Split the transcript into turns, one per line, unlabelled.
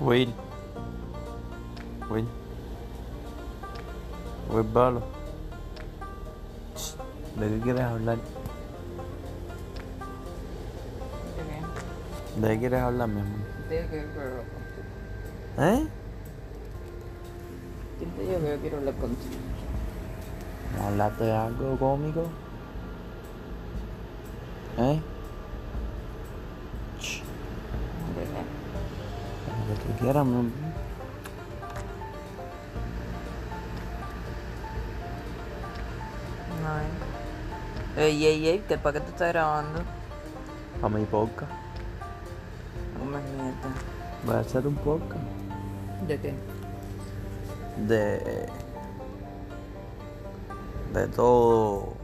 Will. Will. Will Balo. Shh, ¿De qué quieres hablar?
¿De
¿De qué quieres hablar, mi amor?
qué? De que yo quiero hablar contigo.
¿Eh?
¿Quién te dijo que yo quiero hablar contigo?
¿Me hablaste de algo cómico? ¿Eh? Shh,
¿De qué?
Lo que tú quieras, mi amor.
No, eh. Ey, ey, ey, ¿qué, ¿para qué tú estás grabando?
A mi podcast.
No me mientas.
Voy a hacer un podcast
¿De qué?
de. de todo.